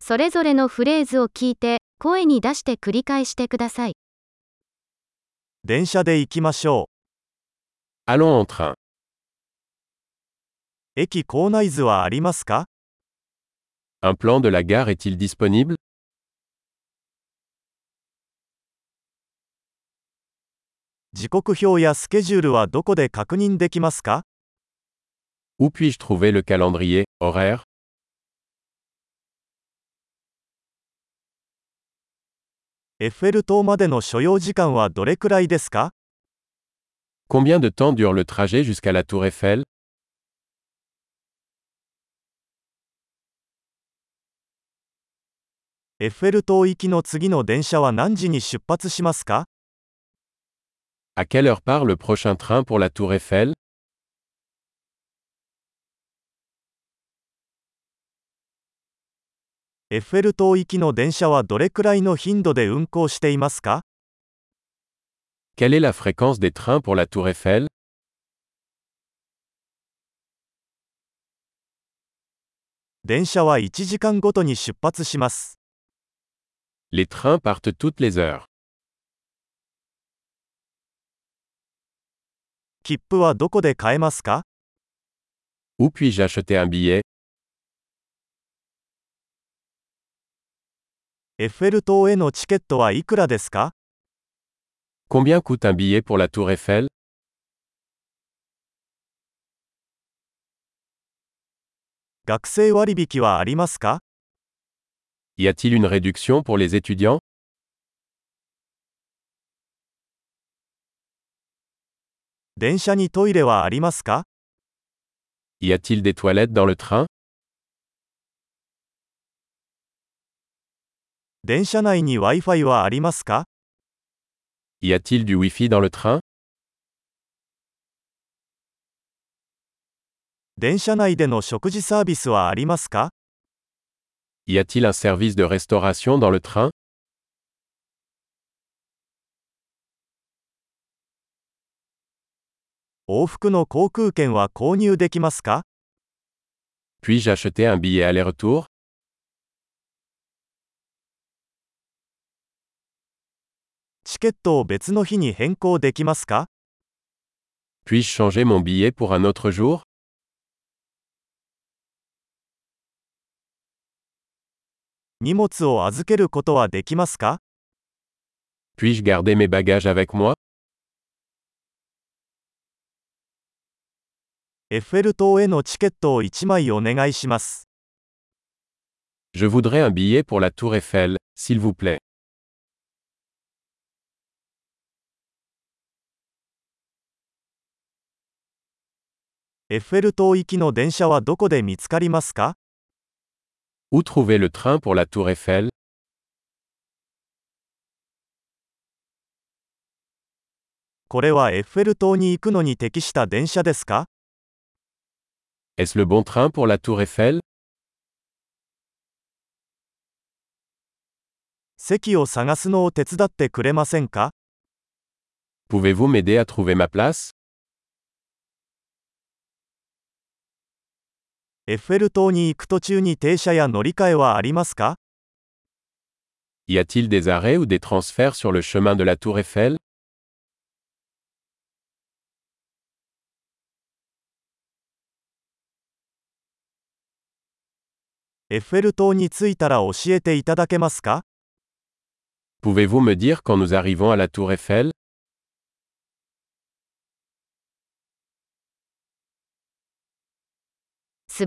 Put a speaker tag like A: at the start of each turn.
A: それぞれのフレーズを聞いて、声に出して繰り返してください。
B: 電車で行きましょ
C: Allons en train.
B: う。駅構内図はありますか
C: Un plan de la gare est-il disponible
B: 時刻表やスケジュールはどこで確認できますか
C: Où puis-je trouver le calendrier, horaire
B: エッフェル塔までの所要時間はどれくらいですか
C: Combien de temps dure le trajet jusqu'à la tour Eiffel
B: エッフェル塔行きの次の電車は何時に出発しますか
C: À quelle heure part le prochain train pour la tour Eiffel
B: エッフェル塔行きの電車はどれくらいの頻度で運行していますか
C: Quelle est la fréquence des trains pour la tour Eiffel
B: 電車は1時間ごとに出発します。
C: Les trains partent toutes les heures.
B: 切符はどこで買えますか
C: Où puis-je acheter un billet
B: エッフェル塔へのチケットはいくらですか
C: Combien coûte un billet pour la tour Eiffel
B: 学生割引はありますか
C: Y a-t-il une réduction pour les étudiants
B: 電車にトイレはありますか
C: Y a-t-il des toilettes dans le train
B: 電車内に Wi-Fi はありますか
C: Y a-t-il du Wi-Fi dans le train
B: 電車内での食事サービスはありますか
C: Y a-t-il un service de restauration dans le train
B: 往復の航空券は購入できますか
C: Puis-je acheter un billet aller-retour
B: チケットを別の日に変更できますか
C: Puis-je changer mon billet pour un autre jour
B: 荷物を預けることはできますか
C: Puis-je garder mes bagages avec moi
B: エッフェル塔へのチケットを1枚お願いします。
C: Je voudrais un billet pour la tour Eiffel, s'il vous plaît.
B: エッフェル塔行きの電車はどこで見つかりますか
C: Où trouver le train pour la tour Eiffel
B: これはエッフェル塔に行くのに適した電車ですか
C: Est-ce le bon train pour la tour Eiffel
B: 席を探すのを手伝ってくれませんか
C: Pouvez-vous m'aider à trouver ma place
B: エッフェル塔に行く途中に停車や乗り換えはありますか
C: Y a-t-il des arrêts ou des transferts sur le chemin de la tour Eiffel
B: エッフェル塔に着いたら教えていただけますか
C: Pouvez-vous me dire quand nous arrivons à la tour Eiffel
A: 素